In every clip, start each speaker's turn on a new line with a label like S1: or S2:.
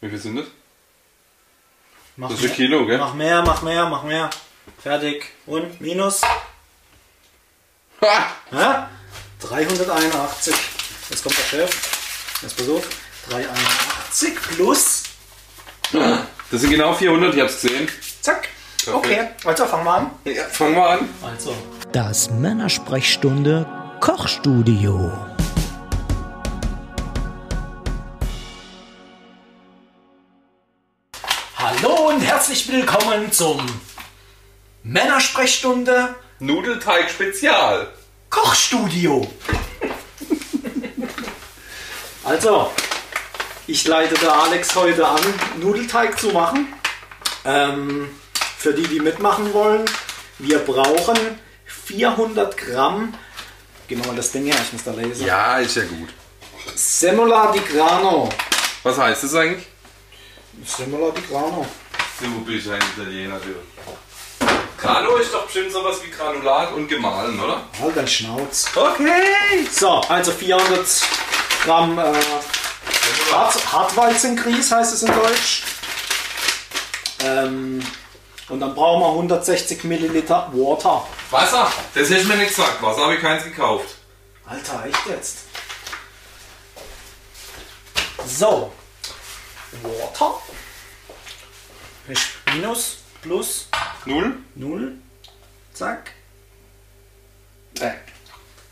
S1: Wie viel sind das?
S2: Mach
S1: Das ist ein Kilo, gell?
S2: Mach mehr, mach mehr, mach mehr. Fertig. Und minus
S1: Ha!
S2: ja? 381. Jetzt kommt der Chef. Jetzt pass auf. 381 plus.
S1: Das sind genau 400, ich hab's gesehen.
S2: Zack. Okay,
S1: Perfekt.
S2: also fangen wir an.
S1: Ja, fangen wir an.
S2: Also.
S3: Das Männersprechstunde Kochstudio.
S2: Hallo und herzlich willkommen zum Männersprechstunde
S1: Nudelteig Spezial.
S2: Kochstudio. Also, ich leite der Alex heute an, Nudelteig zu machen. Ähm, für die, die mitmachen wollen, wir brauchen 400 Gramm. Gehen wir mal das Ding her, ich muss da lesen.
S1: Ja, ist ja gut.
S2: Semola di grano.
S1: Was heißt das eigentlich?
S2: Semola di grano.
S1: Du bist ein Italiener, du. Grano ist doch bestimmt sowas wie Granulat und gemahlen, oder?
S2: Halt dein Schnauz.
S1: Okay.
S2: So, also 400 Gramm äh, Hart, Hartweizengrieß heißt es in Deutsch. Ähm, und dann brauchen wir 160 Milliliter Water.
S1: Wasser. Das hätte ich mir nicht gesagt. Wasser habe ich keins gekauft.
S2: Alter, echt jetzt? So. Water. Minus, plus,
S1: Null?
S2: null. Zack. Zack.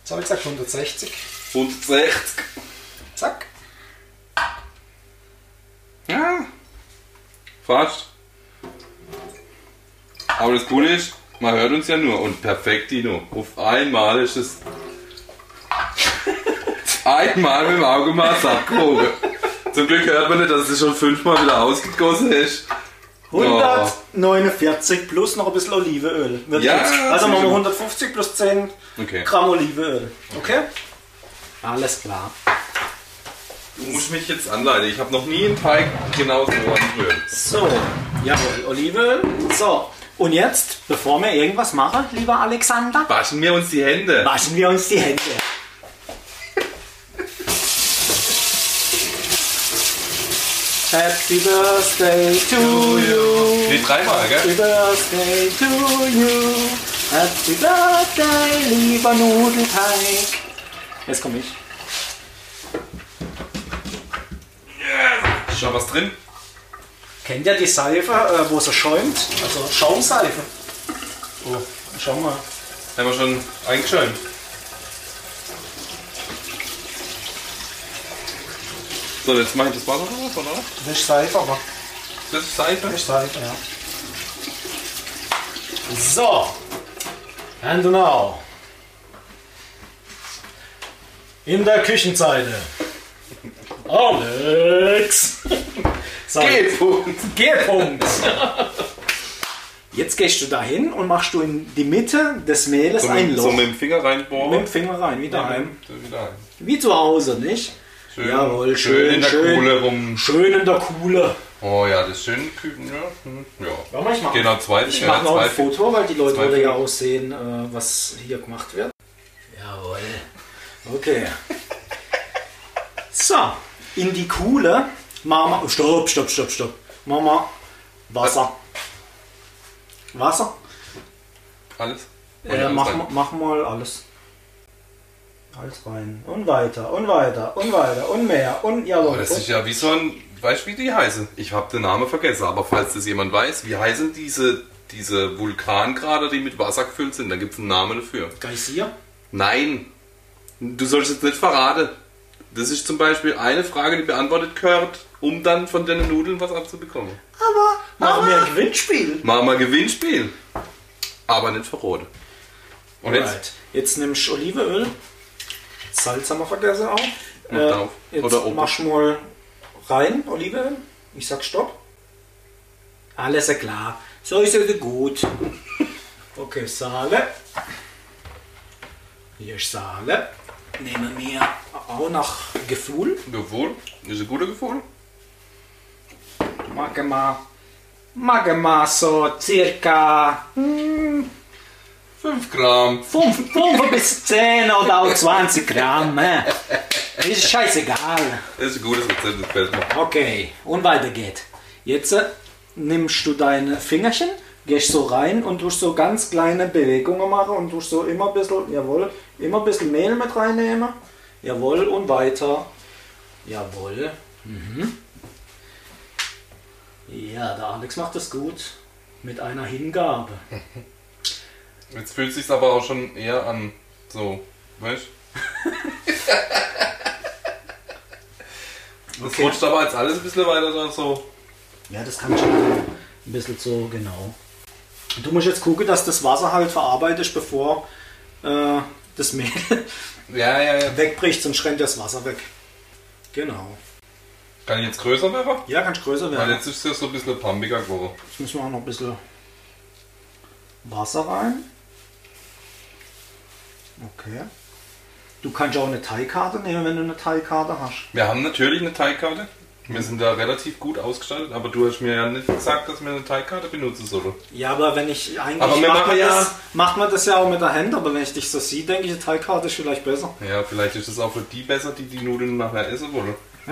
S2: Jetzt habe ich gesagt 160.
S1: 160.
S2: Zack.
S1: Ja. Fast. Aber das Coole ist, man hört uns ja nur. Und perfekt, Dino. Auf einmal ist es. einmal mit dem Augenmaß abgehoben. Zum Glück hört man nicht, dass es schon fünfmal wieder ausgegossen ist.
S2: 149 plus noch ein bisschen Olivenöl. Wird
S1: Ja,
S2: jetzt. Also
S1: sicher.
S2: machen wir 150 plus 10
S1: Okay.
S2: Gramm Olivenöl. Okay? Alles klar.
S1: Du musst mich jetzt anleiten. Ich habe noch nie einen Teig genauso angerührt.
S2: So, jawohl, Olivenöl. So, und jetzt, bevor wir irgendwas machen, lieber Alexander,
S1: Waschen wir uns die Hände.
S2: waschen wir uns die Hände. Happy Birthday to you.
S1: Nee, dreimal, gell?
S2: Happy Birthday to you. Happy Birthday, lieber Nudelteig. Jetzt komme ich.
S1: Ist schon was drin?
S2: Kennt ihr die Seife, äh, wo sie schäumt? Also Schaumseife. Oh, schau mal.
S1: Haben wir schon eingeschäumt. So, jetzt mache ich das Wasser drauf, oder?
S2: Das ist Seife, aber
S1: Das ist Seife.
S2: ist Seife, ja. So. And now. In der Küchenzeile. Alex. So, G-Punkt. Jetzt gehst du dahin und machst du in die Mitte des Mehles
S1: So
S2: ein
S1: mit,
S2: Loch.
S1: so mit
S2: mit,
S1: dem Finger reinbohren.
S2: dem Finger rein, wie daheim.
S1: So wieder rein.
S2: Wie zu Hause, nicht?
S1: Schön,
S2: Jawohl,
S1: in
S2: schön,
S1: der
S2: schön.
S1: Kuhle rum.
S2: Schön in der Kuhle.
S1: Oh ja, das ist schön kühlen, ja. Hm, ja.
S2: Warte mal, ich mach-
S1: Genau, zwei
S2: Ich
S1: Finger,
S2: mache noch
S1: zwei
S2: ein Foto, weil die Leute
S1: zwei
S2: wollen ja
S1: Finger.
S2: auch sehen, äh, was hier gemacht wird. Jawohl. Okay. so, in die Kuhle machen wir. Stopp, stopp, stopp, stopp. Machen wir Wasser. Wasser?
S1: Alles?
S2: Äh,
S1: alles
S2: mach,
S1: rein.
S2: ma- mach mal alles. Alles rein. Und weiter, und weiter, und weiter, und mehr, und
S1: Aber
S2: jawohl.
S1: Oh, Das ist ja wie so ein, weißt du, wie die heißen? Ich habe den Namen vergessen, aber falls das jemand weiß, wie heißen diese, diese Vulkankrater, die mit Wasser gefüllt sind? Da gibt es einen Namen dafür.
S2: Geysir?
S1: Nein, du sollst jetzt nicht verraten. Das ist zum Beispiel eine Frage, die beantwortet gehört, um dann von deinen Nudeln was abzubekommen.
S2: Machen wir ein Gewinnspiel.
S1: Machen wir ein Gewinnspiel, aber nicht verroten. Und jetzt?
S2: Alright. Jetzt nimmst du Olivenöl. Salz haben wir vergessen auch. Äh,
S1: Mach drauf.
S2: jetzt
S1: Oder oben.
S2: machst du mal rein, Olivenöl. Ich sag Stopp. Alles ja klar. So ist es gut. Okay, Sahne. Hier ist Sahne. Nehmen wir auch nach Gefühl.
S1: Gefühl? Ist ein guter Gefühl?
S2: Machen wir, machen wir so circa
S1: 5 Gramm.
S2: 5 bis 10 oder auch 20 Gramm. ne? Ist scheißegal.
S1: Das ist ein gutes Rezept, das gefällt mir.
S2: Okay, und weiter geht. Jetzt äh, nimmst du deine Fingerchen, gehst so rein und tust so ganz kleine Bewegungen machen und tust so immer ein bisschen, jawohl, immer ein bisschen Mehl mit reinnehmen. Jawohl, und weiter. Jawohl. Mhm. Ja, der Alex macht das gut. Mit einer Hingabe.
S1: Jetzt fühlt es sich aber auch schon eher an so, weißt Das
S2: Okay.
S1: rutscht aber jetzt alles ein bisschen weiter so- so.
S2: Ja, das kann schon ein bisschen so, genau. Du musst jetzt gucken, dass das Wasser halt verarbeitest, bevor äh, das Mehl
S1: Ja, ja, ja.
S2: wegbricht, sonst rennt das Wasser weg. Genau.
S1: Kann ich jetzt größer werfen?
S2: Ja, kannst größer
S1: Weil
S2: werden.
S1: jetzt ist es so ein bisschen pampiger geworden.
S2: Jetzt müssen wir auch noch ein bisschen Wasser rein. Okay. Du kannst auch eine Teigkarte nehmen, wenn du eine Teigkarte hast.
S1: Wir haben natürlich eine Teigkarte. Wir sind da relativ gut ausgestattet, aber du hast mir ja nicht gesagt, dass wir eine Teigkarte benutzen sollen.
S2: Ja, aber wenn ich eigentlich
S1: Aber wir
S2: macht,
S1: machen
S2: man
S1: ja-
S2: das, macht man das ja auch mit der Hand, aber wenn ich dich so sehe, denke ich, eine Teigkarte ist vielleicht besser.
S1: Ja, vielleicht ist es auch für die besser, die die Nudeln nachher essen wollen.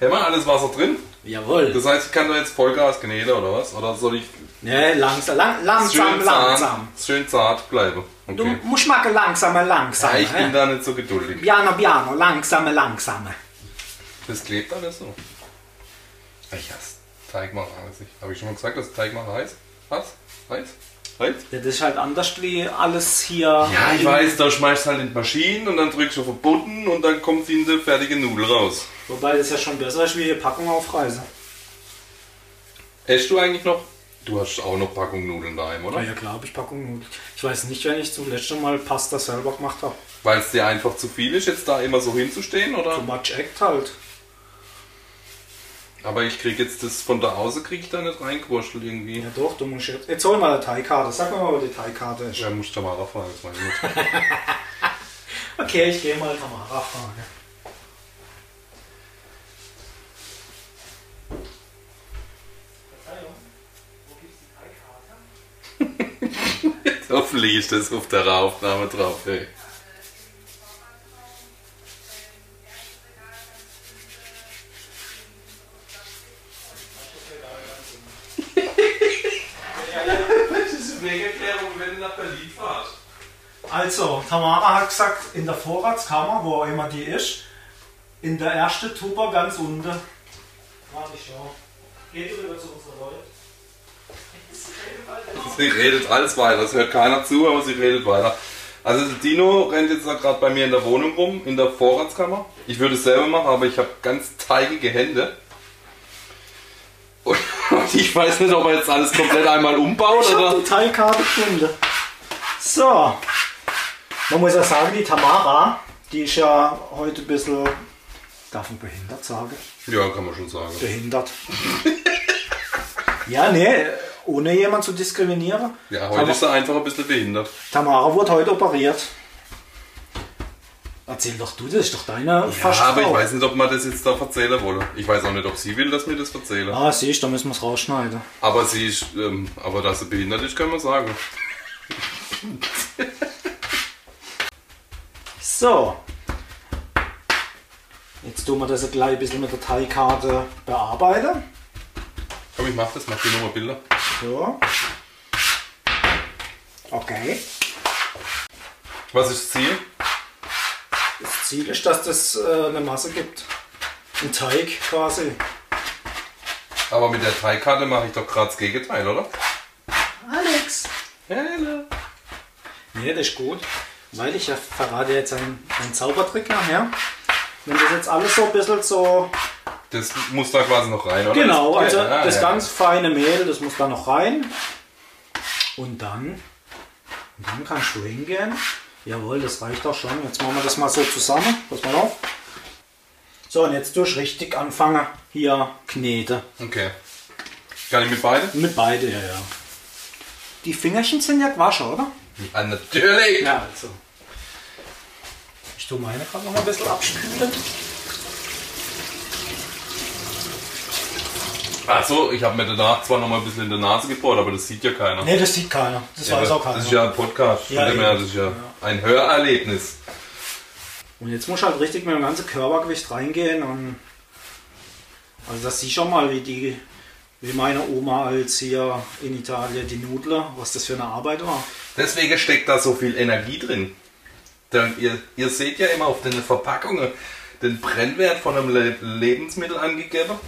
S1: Haben wir alles Wasser drin?
S2: Jawohl.
S1: Das heißt, ich kann da jetzt Vollgas kneten oder was? Oder soll ich
S2: Ne, langsam, lang, langsam,
S1: schön,
S2: langsam.
S1: Zart, schön zart bleiben?
S2: Du
S1: Okay.
S2: musst machen langsamer,
S1: Ja,
S2: langsamer.
S1: ich bin
S2: ne?
S1: da nicht so geduldig.
S2: Piano, piano, langsame, langsame.
S1: Das klebt alles so. Ah, Ich hasse Teigmacher an sich. Habe ich schon mal gesagt, dass Teigmacher heiß? Was? Heiß? Heiß?
S2: Ja, das ist halt anders wie alles hier.
S1: Ja, ich weiß, da schmeißt halt in die Maschinen und dann drückst du auf den Button und dann kommt sie in der fertige Nudel raus.
S2: Wobei das ja schon besser ist wie die Packung auf Reise.
S1: Hast du eigentlich noch? Du hast auch noch Packung Nudeln daheim, oder?
S2: Na Ah, ja, klar, hab ich Packung Nudeln. Ich weiß nicht, wenn ich zum letzten Mal Pasta selber gemacht habe.
S1: Weil es dir einfach zu viel ist, jetzt da immer so hinzustehen, oder?
S2: Too much act halt.
S1: Aber ich krieg jetzt das von da außen, krieg ich da nicht reingewurschtelt irgendwie.
S2: Ja doch, du musst jetzt. Jetzt hol mal eine Teigkarte. Sag mir mal, wo die Teigkarte ist.
S1: Ja, musst du mal rauffahren, das meine ich nicht.
S2: Okay, ich gehe mal Kamera fragen.
S1: Hoffentlich ist das auf der Aufnahme drauf, ey. Das ist eine Wegerklärung, wenn du nach Berlin fahrst.
S2: Also, Tamara hat gesagt, in der Vorratskammer, wo auch immer die ist, in der ersten Tube ganz unten. Warte, ich schau. Geht rüber zu unserer Leute.
S1: Sie redet alles weiter, es hört keiner zu, aber sie redet weiter. Also der Dino rennt jetzt da gerade bei mir in der Wohnung rum, in der Vorratskammer. Ich würde es selber machen, aber ich habe ganz teigige Hände. Und ich weiß nicht, ob er jetzt alles komplett einmal umbaut
S2: Ich
S1: oder...
S2: habe die Teilkarte gefunden. So. Man muss ja sagen, die Tamara, die ist ja heute ein bisschen, darf man behindert sagen?
S1: Ja, kann man schon sagen.
S2: Behindert. ja, nee, ohne jemanden zu diskriminieren.
S1: Ja, heute ist er einfach ein bisschen behindert.
S2: Tamara wurde heute operiert. Erzähl doch du, das ist doch deine
S1: Ja,
S2: fast
S1: aber ich
S2: Frau.
S1: weiß nicht, ob man das jetzt da erzählen wolle. Ich weiß auch nicht, ob sie will, dass mir das erzähle.
S2: Ah, siehst du, da müssen wir es rausschneiden.
S1: Aber sie ist, ähm, aber dass sie behindert ist, kann man sagen.
S2: So. Jetzt tun wir das gleich ein bisschen mit der Teilkarte bearbeiten.
S1: Komm, ich mach das, mach dir nochmal Bilder.
S2: So. Okay.
S1: Was ist das Ziel?
S2: Das Ziel ist, dass das äh, eine Masse gibt. Ein Teig quasi.
S1: Aber mit der Teigkarte mache ich doch gerade das Gegenteil, oder?
S2: Alex!
S1: Hello.
S2: Nee, das ist gut. Weil ich ja verrate jetzt einen, einen Zaubertrick nachher. Wenn das jetzt alles so ein bisschen so.
S1: Das muss da quasi noch rein, oder?
S2: Genau, also
S1: Ja, ja,
S2: das
S1: ja.
S2: ganz feine Mehl, das muss da noch rein. Und dann. Und dann kannst du hingehen. Jawohl, das reicht auch schon. Jetzt machen wir das mal so zusammen. Pass mal auf. So, und jetzt durch richtig anfangen. Hier knete.
S1: Okay. Kann ich mit beiden?
S2: Mit beide, ja, ja. Die Fingerchen sind ja gewaschen, oder?
S1: Ah, natürlich!
S2: Ja, also. Ich tue meine gerade noch mal ein bisschen abspülen.
S1: Also, ich habe mir danach zwar noch mal ein bisschen in der Nase gebohrt, aber das sieht ja keiner.
S2: Ne, das sieht keiner. Das
S1: Ja,
S2: weiß auch keiner.
S1: das ist ja ein Podcast.
S2: Ja,
S1: von dem her,
S2: eben.
S1: das ist ja,
S2: Ja.
S1: ein Hörerlebnis.
S2: Und jetzt muss halt richtig mit dem ganzen Körpergewicht reingehen und also das sieh schon mal, wie die, wie meine Oma als hier in Italien die Nudler, was das für eine Arbeit war.
S1: Deswegen steckt da so viel Energie drin. Denn ihr, ihr seht ja immer auf den Verpackungen den Brennwert von einem Le Lebensmittel angegeben.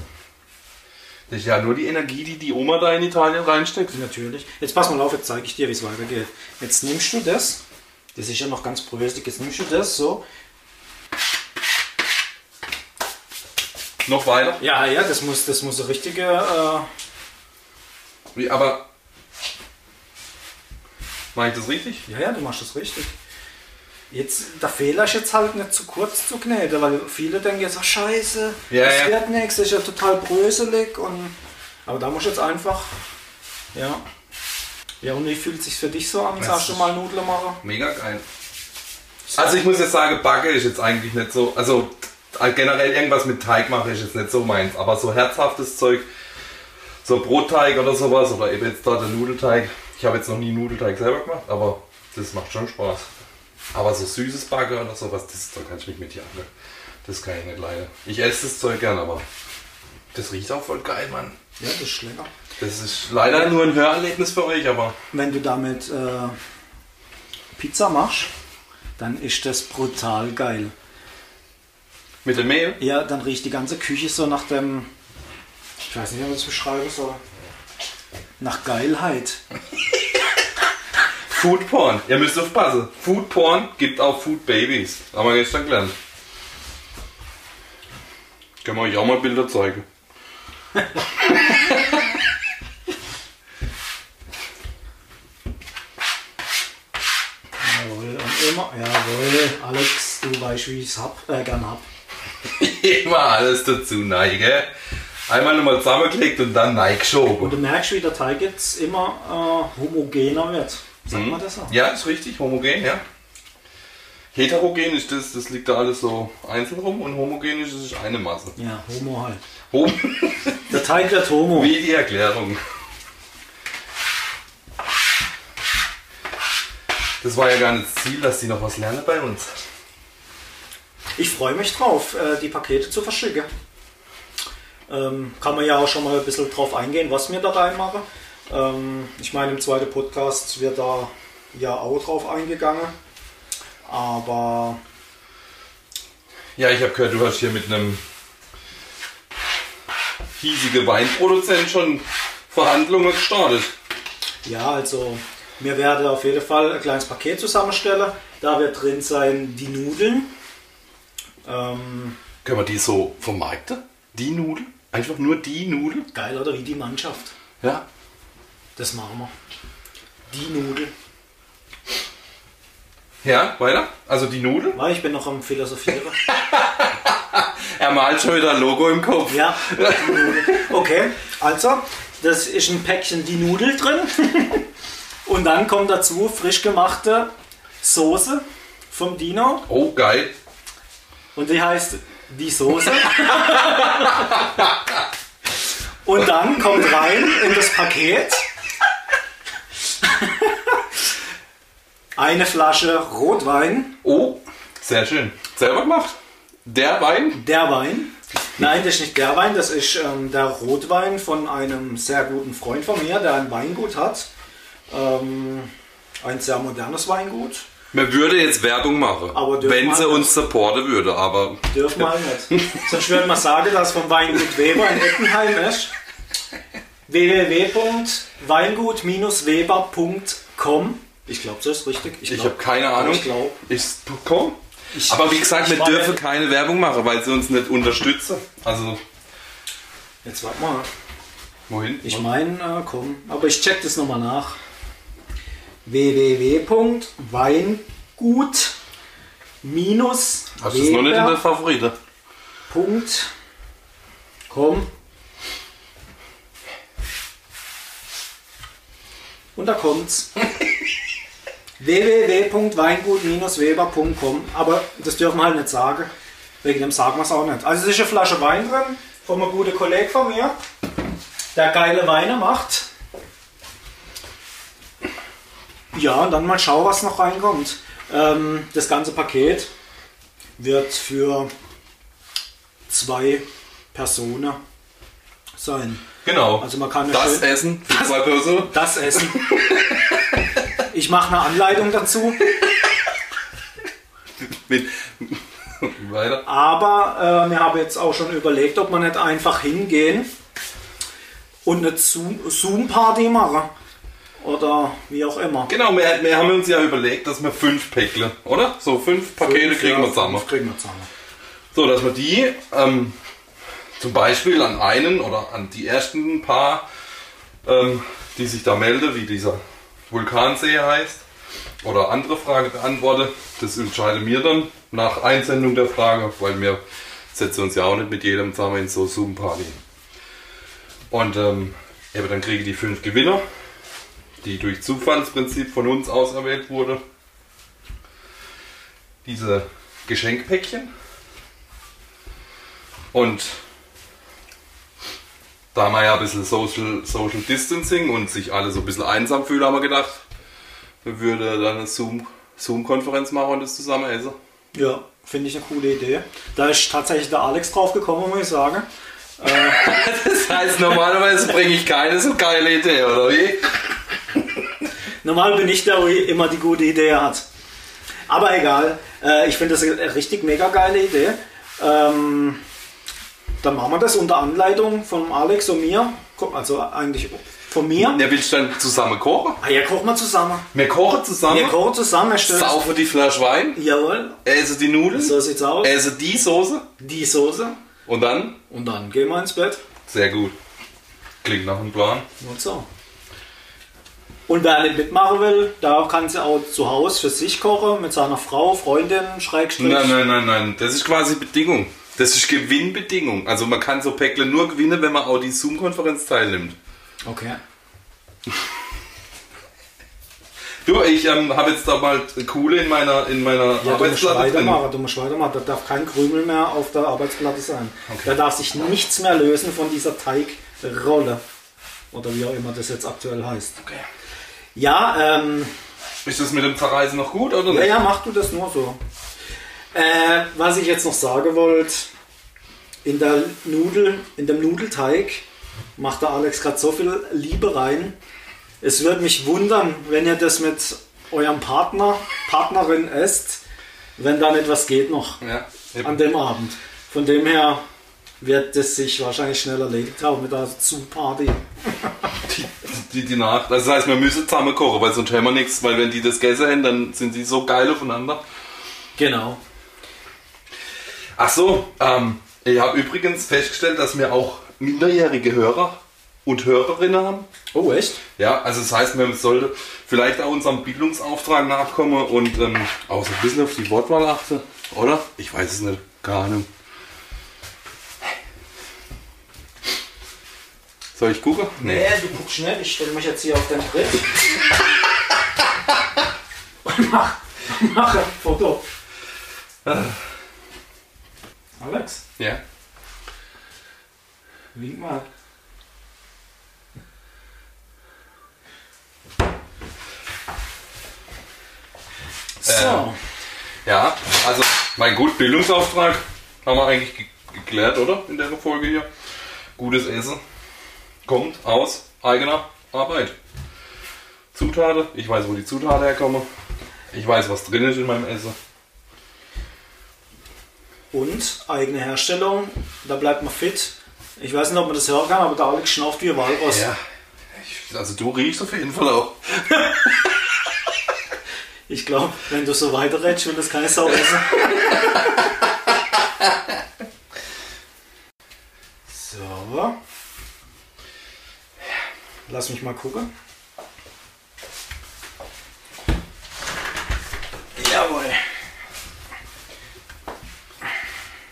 S1: Das ist ja nur die Energie, die die Oma da in Italien reinsteckt.
S2: Natürlich. Jetzt pass mal auf, jetzt zeige ich dir, wie es weitergeht. Jetzt nimmst du das, das ist ja noch ganz bröselig, jetzt nimmst du das so.
S1: Noch weiter.
S2: Ja, ja, das muss, das muss eine richtige, äh,
S1: Wie, aber. Mache ich das richtig?
S2: ja, ja, du machst das richtig. Jetzt, der Fehler ist jetzt halt nicht zu kurz zu kneten, weil viele denken jetzt, ach scheiße,
S1: Ja,
S2: das
S1: ja.
S2: wird nichts, das ist ja total bröselig und, aber da musst du jetzt einfach, ja. Ja, und wie fühlt es sich für dich so an, das
S1: Das
S2: erste Mal Nudeln machen?
S1: Mega geil. Also ich muss jetzt sagen, Backe ist jetzt eigentlich nicht so, also generell irgendwas mit Teig mache ich jetzt nicht so meins, aber so herzhaftes Zeug, so Brotteig oder sowas oder eben jetzt da der Nudelteig. Ich habe jetzt noch nie Nudelteig selber gemacht, aber das macht schon Spaß. Aber so süßes Backe oder sowas, das, da kann ich mich mit jagen. Das kann ich nicht leider. Ich esse das Zeug gern, aber das riecht auch voll geil, Mann.
S2: Ja, das ist lecker.
S1: Das ist leider nur ein Hörerlebnis für euch, aber
S2: Wenn du damit äh, Pizza machst, dann ist das brutal geil.
S1: mit dem Mehl.
S2: Ja, dann riecht die ganze Küche so nach dem, ich weiß nicht, wie man das beschreiben soll, nach Geilheit.
S1: Foodporn. Ihr müsst aufpassen. Foodporn gibt auch Food Babies. Haben wir gestern gelernt. Können wir euch auch mal Bilder zeigen.
S2: Jawohl, und immer, jawohl, Alex, du weißt, wie ich es hab, äh, gern hab.
S1: Immer alles dazu neige. Einmal nochmal zusammenklickt und dann Nike
S2: Und
S1: geschoben.
S2: du merkst, wie der Teig jetzt immer äh, homogener wird. Sagt man das auch?
S1: Mhm. Ja, ist richtig. Homogen, ja. Heterogen ist das, das liegt da alles so einzeln rum und homogen ist, es ist eine Masse.
S2: Ja, homo halt.
S1: Hom
S2: Der Teig wird homo.
S1: Wie die Erklärung. Das war ja gar nicht das Ziel, dass die noch was lernen bei uns.
S2: Ich freue mich drauf, äh, die Pakete zu verschicken. Ähm, kann man ja auch schon mal ein bisschen drauf eingehen, was wir da reinmachen. Ähm, ich meine, im zweiten Podcast wird da ja auch drauf eingegangen. Aber
S1: Ja, ich habe gehört, du hast hier mit einem hiesigen Weinproduzent schon Verhandlungen gestartet.
S2: ja, also mir werde auf jeden Fall ein kleines Paket zusammenstellen. Da wird drin sein die Nudeln. Ähm,
S1: Können wir die so vermarkten? Die Nudel? Einfach nur die Nudel?
S2: geil, oder? Wie die Mannschaft.
S1: Ja.
S2: Das machen wir. Die Nudel.
S1: Ja, weiter? Also die Nudel?
S2: Weil ich bin noch am Philosophieren.
S1: Er malt schon wieder ein Logo im Kopf.
S2: Ja, die Nudel. Okay, also, das ist ein Päckchen die Nudel drin. Und dann kommt dazu frisch gemachte Soße vom Dino.
S1: Oh, geil.
S2: Und die heißt die Soße. Und dann kommt rein in das Paket eine Flasche Rotwein.
S1: Oh, sehr schön. Selber gemacht? Der Wein?
S2: Der Wein. Nein, das ist nicht der Wein, das ist ähm, der Rotwein von einem sehr guten Freund von mir, der ein Weingut hat. Ähm, ein sehr modernes Weingut.
S1: Man würde jetzt Werbung machen,
S2: Aber dürfen
S1: wenn
S2: wir
S1: sie
S2: nicht.
S1: uns supporten würde, aber
S2: Dürfen wir halt nicht. Sonst würde man sagen, dass vom Weingut Weber in Eckenheim ist. www.weingut-weber.com Ich glaube, das ist richtig.
S1: ich
S2: glaub.
S1: habe keine Ahnung.
S2: Ich glaube.
S1: Ich komm.
S2: Ich-
S1: Aber wie gesagt,
S2: ich
S1: wir
S2: war ja-
S1: dürfen keine Werbung machen, weil sie uns nicht unterstützen. Also,
S2: Jetzt warte mal.
S1: wohin?
S2: Ich meine, äh, komm. Aber ich check das nochmal nach. www.weingut minus
S1: Hast du es noch nicht in der Favorite?
S2: Punkt. Komm. Und da kommt's. www.weingut-weber.com. Aber das dürfen wir halt nicht sagen. Wegen dem sagen wir es auch nicht. Also es ist eine Flasche Wein drin von einem guten Kollegen von mir. der geile Weine macht. Ja, und dann mal schau, was noch reinkommt. Ähm, das ganze Paket wird für zwei Personen sein.
S1: Genau.
S2: Also man kann ja
S1: das
S2: schön-
S1: Essen für zwei Personen.
S2: Das Essen. Ich mache eine Anleitung dazu,
S1: Mit Weiter.
S2: aber äh, wir haben jetzt auch schon überlegt, ob man nicht einfach hingehen und eine Zoom- Zoom-Party machen. Oder wie auch immer.
S1: Genau, wir, wir haben uns ja überlegt, dass wir fünf Päckle, oder? So fünf Pakete
S2: Fünf,
S1: kriegen
S2: ja,
S1: wir zusammen.
S2: fünf Kriegen wir zusammen.
S1: So, dass wir die ähm, zum Beispiel an einen oder an die ersten paar, ähm, die sich da melden, wie dieser Vulkansee heißt, oder andere Frage beantworte, das entscheide mir dann nach Einsendung der Frage, weil wir setzen uns ja auch nicht mit jedem zusammen in so Zoom-Party. Und ähm, eben dann kriege ich die fünf Gewinner, die durch Zufallsprinzip von uns auserwählt wurde. Diese Geschenkpäckchen. Und da man ja ein bisschen Social, Social Distancing und sich alle so ein bisschen einsam fühlen, haben wir gedacht, wir würden dann eine Zoom- Zoom-Konferenz machen und das zusammen essen.
S2: Ja, finde ich eine coole Idee. Da ist tatsächlich der Alex drauf gekommen, muss ich sagen.
S1: Das heißt, normalerweise bringe ich keine so geile Idee, oder wie?
S2: Normal bin ich der, der immer die gute Idee hat. Aber egal, äh, ich finde das eine richtig mega geile Idee. Ähm, dann machen wir das unter Anleitung von Alex und mir. Guck, Also eigentlich von mir.
S1: Ja, willst du dann zusammen kochen?
S2: Ah ja, kochen wir zusammen.
S1: Wir kochen zusammen,
S2: Wir kochen zusammen. erstellen-
S1: saufen die Flasche Wein,
S2: Jawohl,
S1: essen die Nudeln,
S2: so sieht's aus.
S1: essen die Soße
S2: Die Soße.
S1: und dann?
S2: Und dann gehen wir ins Bett.
S1: Sehr gut. Klingt nach einem Plan.
S2: Und so. Und wer nicht mitmachen will, da kann sie auch zu Hause für sich kochen, mit seiner Frau, Freundin, Schrägstrich.
S1: Nein, nein, nein, nein. Das ist quasi Bedingung. Das ist Gewinnbedingung. Also man kann so Päckle nur gewinnen, wenn man auch die Zoom-Konferenz teilnimmt.
S2: Okay.
S1: Du, ich ähm, habe jetzt da mal Kohle in meiner, in meiner
S2: Ja, du musst
S1: Arbeitsplatte drin.
S2: weitermachen, du musst weitermachen. Da darf kein Krümel mehr auf der Arbeitsplatte sein.
S1: Okay.
S2: Da darf sich nichts mehr lösen von dieser Teigrolle. Oder wie auch immer das jetzt aktuell heißt.
S1: Okay.
S2: Ja, ähm,
S1: Ist das mit dem Zerreißen noch gut oder nicht?
S2: naja, mach du das nur so. Äh, was ich jetzt noch sagen wollte, in der Nudel, in dem Nudelteig macht der Alex gerade so viel Liebe rein. Es würde mich wundern, wenn ihr das mit eurem Partner, Partnerin esst, wenn da nicht was geht noch.
S1: Ja.
S2: an dem Abend. Von dem her wird es sich wahrscheinlich schnell erledigt haben mit der Zoom-Party.
S1: Die, die, die Nacht. Also das heißt, wir müssen zusammen kochen, weil sonst haben wir nichts. Weil wenn die das gegessen haben, dann sind die so geil aufeinander.
S2: Genau.
S1: Ach so, ähm, ich habe übrigens festgestellt, dass wir auch minderjährige Hörer und Hörerinnen haben.
S2: Oh, echt?
S1: Ja, also das heißt, man sollte vielleicht auch unserem Bildungsauftrag nachkommen und ähm, auch so ein bisschen auf die Wortwahl achten, oder? Ich weiß es nicht, keine Ahnung. Soll ich gucken? Nee.
S2: du guckst schnell, ich stelle mich jetzt hier auf den Tritt. Und mach, mach ein Foto. Ah. Alex,
S1: Ja.
S2: wink mal. So,
S1: Ja, also, mein gut, Bildungsauftrag haben wir eigentlich ge geklärt, oder? In der Folge hier. Gutes Essen kommt aus eigener Arbeit. Zutaten, ich weiß, wo die Zutaten herkommen. Ich weiß, was drin ist in meinem Essen.
S2: und eigene Herstellung, da bleibt man fit. Ich weiß nicht, ob man das hören kann, aber der Alex schnauft wie ein Walross.
S1: Ja. Ich, also du riechst auf jeden Fall auch.
S2: Ich glaube, wenn du so weiterredest, will das keine Sau essen. so. Lass mich mal gucken. Jawohl.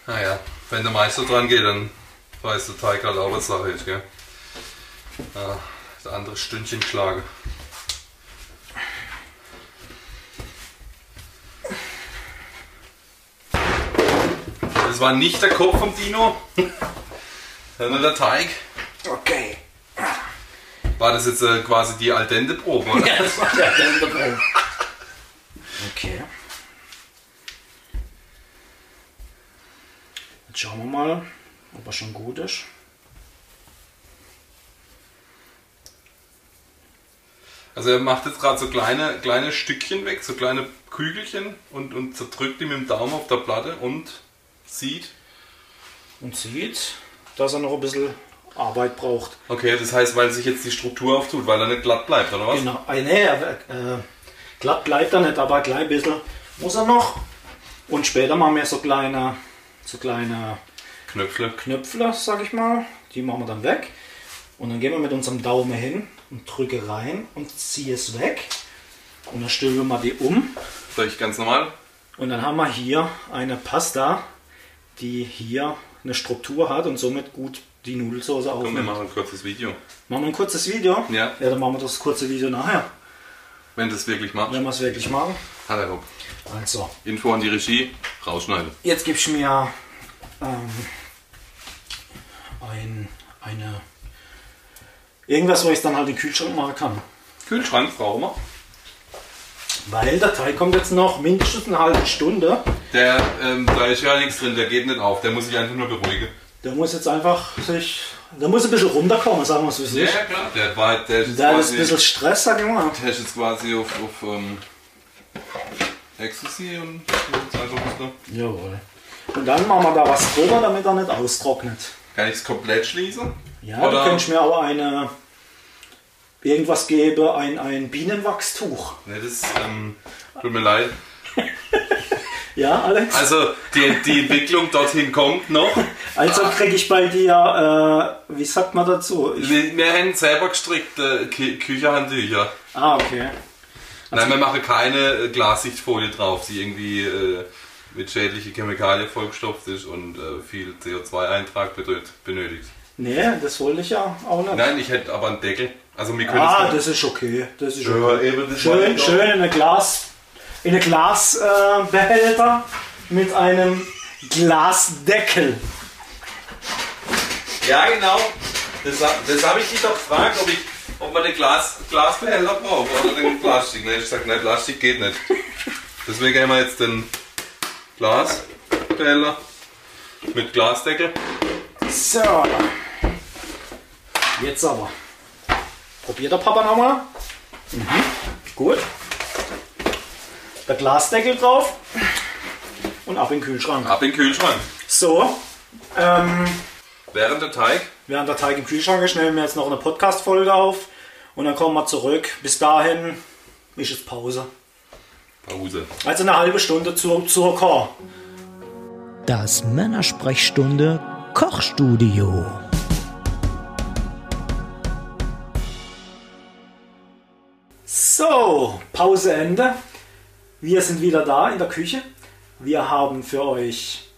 S1: Naja, wenn der Meister dran geht, dann weißt du, Teig hat auch was Sache ist, gell? Ja, das andere Stündchen schlage. Das war nicht der Kopf vom Dino, sondern der Teig.
S2: Okay.
S1: War das jetzt äh, quasi die Al dente Probe, oder?
S2: Ja, das war der Dente Pro. Okay. Jetzt schauen wir mal, ob er schon gut ist.
S1: Also er macht jetzt gerade so kleine, kleine Stückchen weg, so kleine Kügelchen und, und zerdrückt die mit dem Daumen auf der Platte und sieht.
S2: Und sieht, dass er noch ein bisschen Arbeit braucht.
S1: Okay, das heißt, weil sich jetzt die Struktur auftut, weil er nicht glatt bleibt, oder was?
S2: Genau. Äh, nee, er, äh, glatt bleibt er nicht, aber ein klein bisschen muss er noch. Und später machen wir so kleine, so kleine
S1: Knöpfle.
S2: Knöpfle, sag ich mal. Die machen wir dann weg. Und dann gehen wir mit unserem Daumen hin und drücke rein und ziehe es weg. Und dann stülpen wir mal die um.
S1: Soll ich ganz normal?
S2: Und dann haben wir hier eine Pasta, die hier eine Struktur hat und somit gut die
S1: Und
S2: Nudelsauce
S1: wir
S2: aufnimmt.
S1: machen ein kurzes Video.
S2: Machen wir ein kurzes Video?
S1: Ja.
S2: Ja, dann machen wir das kurze Video nachher,
S1: Wenn das wirklich macht.
S2: wenn wir es wirklich machen.
S1: Hallo Rob.
S2: Also,
S1: Info an die Regie, rausschneiden.
S2: jetzt gibst du mir ähm, ein, eine. Irgendwas, wo ich es dann halt in den Kühlschrank machen kann.
S1: Kühlschrank brauchen wir.
S2: Weil der Teig kommt jetzt noch mindestens eine halbe Stunde.
S1: Der, ähm, da ist ja nichts drin, der geht nicht auf, der muss sich einfach nur beruhigen.
S2: Der muss jetzt einfach sich. Der muss ein bisschen runterkommen, sagen wir es wie es ist.
S1: klar. Der, war, der, ist, jetzt
S2: Da ist ein
S1: quasi,
S2: bisschen Stress, sag ich mal.
S1: der ist jetzt quasi auf, auf ähm, Ecstasy und und einfach so.
S2: Jawohl. Und dann machen wir da was drüber, damit er nicht austrocknet.
S1: Kann ich es komplett schließen?
S2: Ja,
S1: Oder-
S2: du könntest mir auch eine. Irgendwas geben, ein, ein Bienenwachstuch.
S1: Ne, das ähm, tut mir leid.
S2: Ja, Alex?
S1: Also die, die Entwicklung dorthin kommt noch.
S2: Also kriege ich bei dir, äh, wie sagt man dazu? Ich,
S1: Wir, wir haben selber gestrickte Kü Küchenhandtücher.
S2: ah, okay.
S1: Nein, wir machen keine äh, Glassichtfolie drauf, die irgendwie äh, mit schädlichen Chemikalien vollgestopft ist und äh, viel CO2-Eintrag bedeutet- benötigt.
S2: Nee, das wollte ich ja auch nicht.
S1: Nein, ich hätte aber einen Deckel. Also wir können
S2: ah,
S1: es
S2: das ist okay. Das ist okay.
S1: ja, eben, das war
S2: Schön,
S1: doch-
S2: schön in eine Glas, in eine Glasbehälter äh, Behälter mit einem Glasdeckel.
S1: Ja, genau. Das, ha- das habe ich dich doch gefragt, ob, ich, ob man den Glas, Glasbehälter braucht oder den Plastik. Ne, ich sag, nein, Plastik geht nicht. Deswegen haben wir jetzt den Glasbehälter mit Glasdeckel.
S2: So. Jetzt aber. Probiert der Papa nochmal. Mhm. Gut. Der Glasdeckel drauf. Und ab in den Kühlschrank.
S1: Ab in den Kühlschrank.
S2: So. Ähm,
S1: Während der Teig
S2: während der Teig im Kühlschrank ist, nehmen wir jetzt noch eine Podcast-Folge auf. Und dann kommen wir zurück. Bis dahin ist es Pause.
S1: Pause.
S2: Also eine halbe Stunde zur, zur Chor.
S3: Das Männersprechstunde Kochstudio.
S2: So, Pause Ende. Wir sind wieder da in der Küche. Wir haben für euch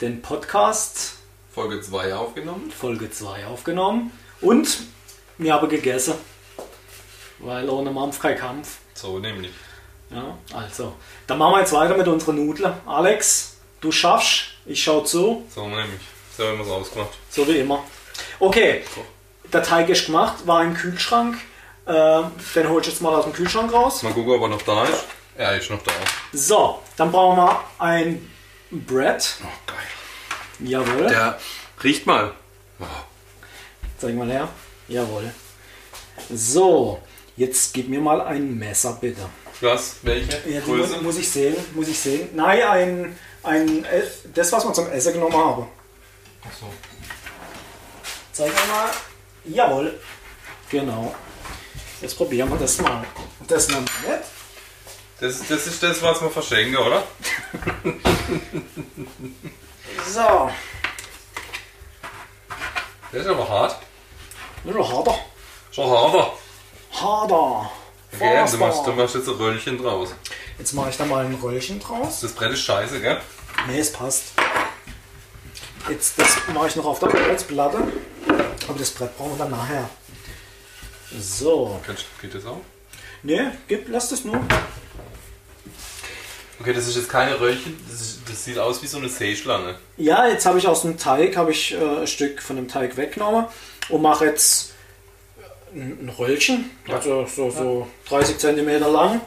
S2: den Podcast
S1: Folge 2 aufgenommen.
S2: Folge 2 aufgenommen und wir haben gegessen, weil ohne Mampf kein Kampf.
S1: So nämlich.
S2: Ja, also, dann machen wir jetzt weiter mit unseren Nudeln. Alex, du schaffst, ich schau zu,
S1: So nämlich. So haben wir es ausgemacht.
S2: so wie immer. Okay, der Teig ist gemacht, war im Kühlschrank. Äh, den holst du jetzt mal aus dem Kühlschrank raus.
S1: Mal gucken, ob er noch da ist. Er ist noch da.
S2: So, dann brauchen wir ein Bread.
S1: Oh, geil.
S2: Jawohl.
S1: Der riecht mal.
S2: Zeig mal her. Jawohl. So, jetzt gib mir mal ein Messer bitte.
S1: Was? Welche?
S2: Ja, die
S1: Größe?
S2: muss, muss ich sehen, muss ich sehen. Nein, ein, ein Ess- das was man zum Essen genommen habe.
S1: Ach so.
S2: Zeig mir mal. Jawohl. Genau. Jetzt probieren wir das mal. Das nehmen wir nicht.
S1: Das, das ist das, was wir verschenken, oder?
S2: So.
S1: Das ist aber hart.
S2: Das ist doch harter.
S1: Schon harter.
S2: Harder.
S1: Okay, du
S2: Faster.
S1: machst, du machst jetzt ein Röllchen draus.
S2: Jetzt mache ich da mal ein Röllchen draus.
S1: Das Brett ist scheiße, gell?
S2: Nee, es passt. Jetzt das mache ich noch auf der Holzplatte. Aber das Brett brauchen wir dann nachher. So.
S1: Kannst- Geht das auch?
S2: Ne, gib, lass das nur.
S1: Okay, das ist jetzt keine Röllchen. Das, ist, das sieht aus wie so eine Seeschlange.
S2: Ja, jetzt habe ich aus dem Teig habe ich äh, ein Stück von dem Teig weggenommen und mache jetzt ein, ein Röllchen, also so, so 30 cm lang.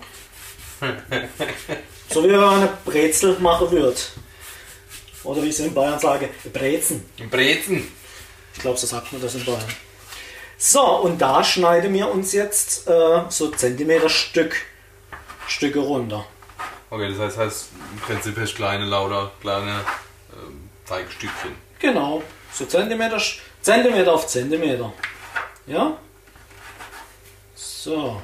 S2: so wie wenn man eine Brezel machen würde. Oder wie ich es in Bayern sage, Brezen.
S1: Im Brezen.
S2: Ich glaube, so sagt man das in Bayern. So, und da schneiden wir uns jetzt äh, so Zentimeter Stück, Stücke runter.
S1: Okay, das heißt, heißt im Prinzip hast du kleine, lauter, kleine ähm, Teigstückchen.
S2: Genau, so Zentimeter, sch- Zentimeter auf Zentimeter. Ja? So.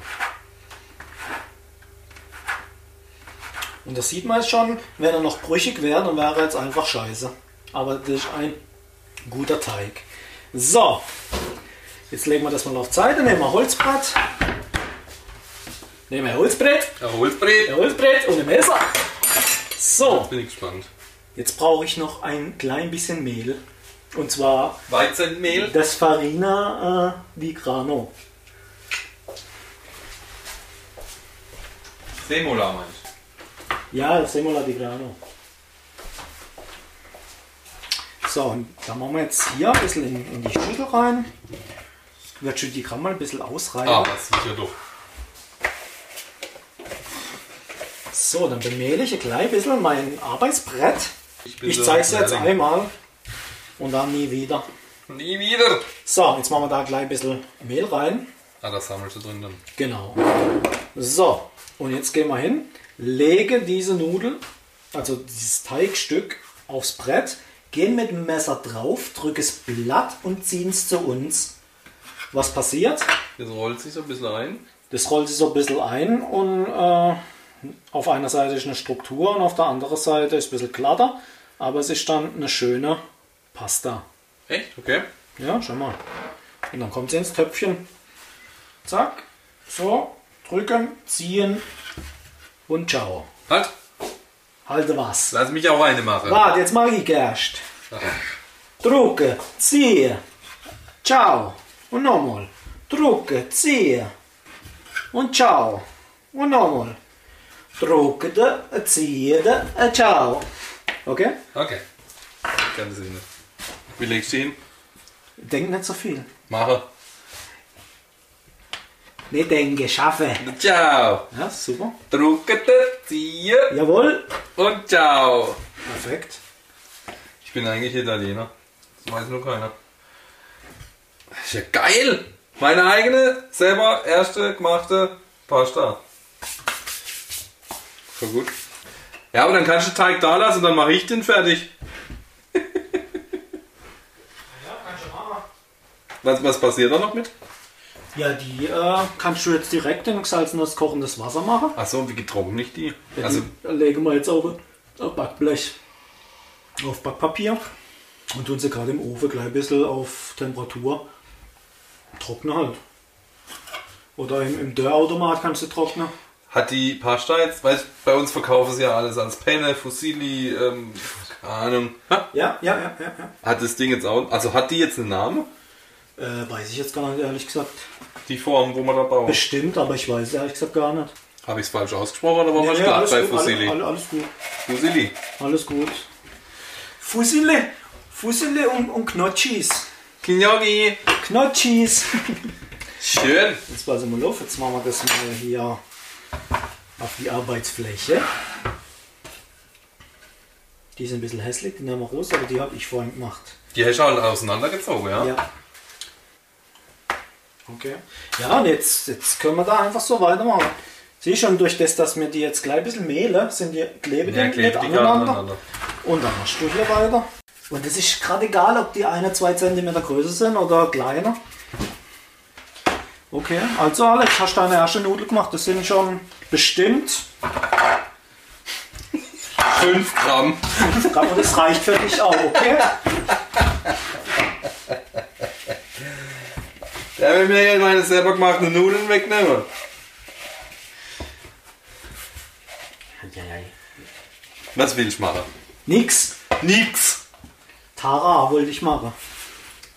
S2: Und das sieht man jetzt schon, wenn er noch brüchig wäre, dann wäre er jetzt einfach scheiße. Aber das ist ein guter Teig. So, jetzt legen wir das mal auf Seite, nehmen wir Holzbrett, nehmen wir Holzbrett,
S1: Ja, Holzbrett.
S2: ein Holzbrett und ein Messer. So,
S1: Bin ich gespannt.
S2: jetzt brauche ich noch ein klein bisschen Mehl. Und zwar
S1: Weizenmehl.
S2: das Farina äh, di Grano.
S1: Semola meinst du?
S2: Ja, das Semola di Grano. So, und dann machen wir jetzt hier ein bisschen in, in die Schüssel rein. Wird schon die Kram mal ein bisschen ausreiben.
S1: Ah, das sieht ja doch.
S2: So, dann bemehle ich ein klein bisschen mein Arbeitsbrett.
S1: Ich, bin
S2: Ich
S1: so
S2: zeige es jetzt
S1: Lehrling.
S2: einmal und dann nie wieder.
S1: Nie wieder.
S2: So, jetzt machen wir da gleich ein bisschen Mehl rein.
S1: Ah, das sammelst du drin dann.
S2: Genau. So, und jetzt gehen wir hin, lege diese Nudel, also dieses Teigstück, aufs Brett, gehen mit dem Messer drauf, drücke es platt und ziehen es zu uns. Was passiert?
S1: Das rollt sich so ein bisschen ein.
S2: Das rollt sich so ein bisschen ein und äh, auf einer Seite ist eine Struktur und auf der anderen Seite ist ein bisschen glatter, aber es ist dann eine schöne Pasta.
S1: Echt? Okay.
S2: Ja, schau mal. Und dann kommt sie ins Töpfchen. Zack. So, drücken, ziehen und ciao.
S1: Halt,
S2: Halte was.
S1: lass mich auch eine machen.
S2: Warte, jetzt mache ich erst. Drücke, ziehe, ciao. Und nochmal. Drücke, ziehe und ciao. Und nochmal. Drücke, ziehe, ciao. Okay?
S1: Okay. Ich kann das eh nicht. Wie legst du hin?
S2: Denk nicht so viel.
S1: Mache.
S2: Nicht denke, schaffe.
S1: Ciao.
S2: Ja, super.
S1: Druckete, ziehe
S2: Jawohl.
S1: und ciao.
S2: Perfekt.
S1: Ich bin eigentlich Italiener. Das weiß nur keiner. Ist ja geil. Meine eigene, selber erste gemachte Pasta. Voll gut. Ja, aber dann kannst du den Teig da lassen, dann mache ich den fertig. Was, was passiert da noch mit?
S2: Ja, die äh, kannst du jetzt direkt in gesalzenes kochendes Wasser machen.
S1: Achso, wie getrocknet ich die?
S2: Ja,
S1: Also,
S2: die legen wir jetzt auf ein Backblech, auf Backpapier und tun sie gerade im Ofen gleich ein bisschen auf Temperatur trocknen halt. Oder im, im Dörrautomat kannst du trocknen.
S1: hat die Pasta jetzt, weil bei uns verkaufen sie ja alles als Penne, Fusilli, ähm, keine Ahnung. Ha?
S2: Ja, ja, ja, ja. ja.
S1: Hat das Ding jetzt auch, also hat die jetzt einen Namen?
S2: Äh, weiß ich jetzt gar nicht, ehrlich gesagt.
S1: Die Form, wo man da baut.
S2: Bestimmt, aber ich weiß es ehrlich gesagt gar nicht.
S1: Habe ich es falsch ausgesprochen oder war man
S2: Nee, nee,
S1: stark
S2: alles,
S1: bei
S2: gut, alles,
S1: Fusilli?
S2: alles, alles gut.
S1: Fusilli.
S2: Alles gut. Fusilli, Fusilli und, und Knotschis.
S1: Kinyogi.
S2: Knotschis.
S1: Schön.
S2: Jetzt passen wir mal auf, jetzt machen wir das mal hier auf die Arbeitsfläche. Die sind ein bisschen hässlich, die nehmen wir raus, aber die habe ich vorhin gemacht.
S1: Die hast du halt auseinandergezogen, ja?
S2: Ja. Okay. Ja, und jetzt, jetzt können wir da einfach so weitermachen. Sieh schon, durch das, dass wir die jetzt gleich ein bisschen mehlen, sind die kleben die
S1: Ja,
S2: nicht
S1: klebt die gerade
S2: aneinander.
S1: aneinander.
S2: Und dann machst du hier weiter. Und es ist gerade egal, ob die eine, zwei Zentimeter größer sind oder kleiner. Okay, also Alex, hast du deine erste Nudel gemacht? Das sind schon bestimmt.
S1: 5 Gramm.
S2: Aber das reicht für dich auch, okay?
S1: Der will mir jetzt meine selber gemachten Nudeln wegnehmen. Was will ich machen?
S2: Nix.
S1: Nix.
S2: Tara wollte ich machen.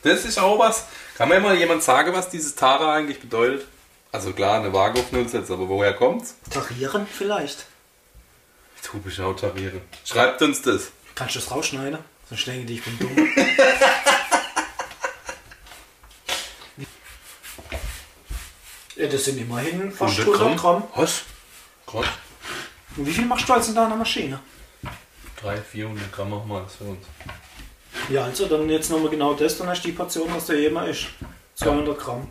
S1: Das ist auch was. Kann mir mal jemand sagen, was dieses Tara eigentlich bedeutet? Also klar, eine Waage auf Null setzen, aber woher kommt's?
S2: Tarieren vielleicht.
S1: Du bist auch Tariere. Schreibt uns das.
S2: Kannst du das rausschneiden? Sonst denken die, ich bin dumm. Ja, das sind immerhin fast
S1: 100
S2: 100
S1: Gramm.
S2: Gramm.
S1: Was? Gott,
S2: Und wie viel machst du jetzt in deiner Maschine?
S1: 300, 400 Gramm machen wir das für uns.
S2: Ja, also dann jetzt nochmal genau das, dann hast du die Portion, was da jemand ist. 200 Gramm.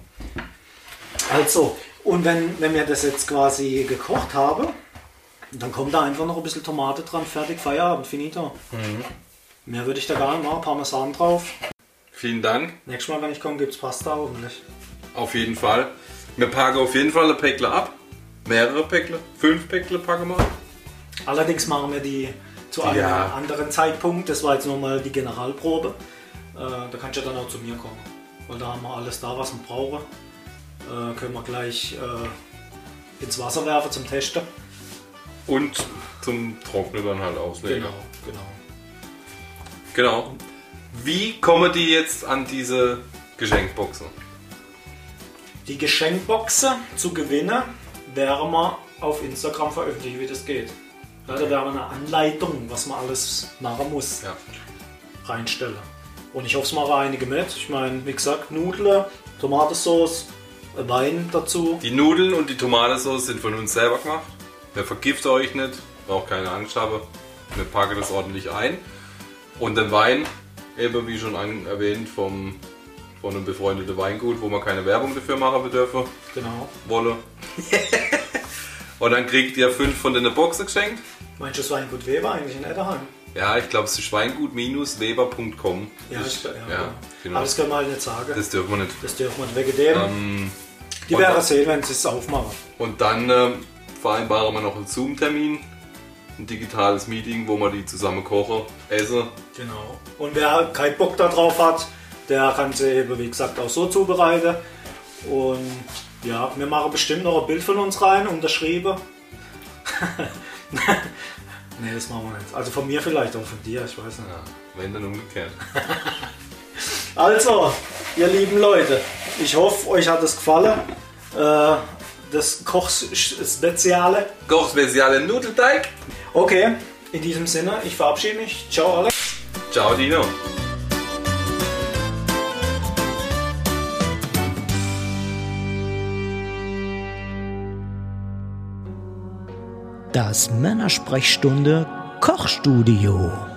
S2: Also, und wenn, wenn wir das jetzt quasi gekocht haben, dann kommt da einfach noch ein bisschen Tomate dran, fertig, Feierabend, finito. Mehr würde ich da gar nicht machen, Parmesan drauf.
S1: Vielen Dank,
S2: Nächstes Mal, wenn ich komme, gibt es Pasta hoffentlich.
S1: auf jeden Fall. Wir packen auf jeden Fall ein Päckle ab. Mehrere Päckle, fünf Päckle packen wir ab.
S2: Allerdings machen wir die zu einem
S1: Ja.
S2: anderen Zeitpunkt. Das war jetzt nur mal die Generalprobe. Äh, da kannst du ja dann auch zu mir kommen. Weil da haben wir alles da, was wir brauchen. Äh, können wir gleich äh, ins Wasser werfen zum Testen.
S1: Und zum Trocknen dann halt auslegen.
S2: genau.
S1: Genau. Wie kommen die jetzt an diese Geschenkboxen?
S2: Die Geschenkboxe zu gewinnen werden wir auf Instagram veröffentlichen, wie das geht. Also wir haben eine Anleitung, was man alles machen muss.
S1: Ja.
S2: reinstelle. Und ich hoffe, es machen einige mit. Ich meine, wie gesagt, Nudeln, Tomatensauce, äh, Wein dazu.
S1: Die Nudeln und die Tomatensauce sind von uns selber gemacht. Wir vergiften euch nicht, braucht keine Angst haben. Wir packen das ordentlich ein. Und den Wein, eben wie schon an, erwähnt, vom, von einem befreundeten Weingut, wo man keine Werbung dafür machen dürfen,
S2: Genau.
S1: wolle. und dann kriegt ihr fünf von den Boxen geschenkt.
S2: Meinst du, es war ein gut Weber eigentlich in Edderheim?
S1: Ja, ich glaube, es ist weingut-weber.com. Ist-
S2: ich-
S1: ja, genau.
S2: Aber das können wir halt nicht sagen. Das,
S1: Das dürfen wir nicht.
S2: dürfen wir nicht weggeben.
S1: Ähm,
S2: Die
S1: und-
S2: werden sehen, wenn sie es aufmachen.
S1: Und dann ähm, vereinbaren wir noch einen Zoom-Termin, ein digitales Meeting, wo wir die zusammen kochen, essen.
S2: Genau. Und wer keinen Bock darauf hat, der kann sie eben, wie gesagt, auch so zubereiten. Und ja, wir machen bestimmt noch ein Bild von uns rein, unterschrieben. nee, das machen wir nicht. Also von mir vielleicht, aber von dir, ich weiß nicht.
S1: Ja, wenn dann umgekehrt.
S2: Also, ihr lieben Leute, ich hoffe, euch hat es gefallen. Äh, das Kochspeziale.
S1: Koch speziale Nudelteig.
S2: Okay, in diesem Sinne, ich verabschiede mich. Ciao, Alex.
S1: Ciao Dino.
S3: Das Männersprechstunde Kochstudio.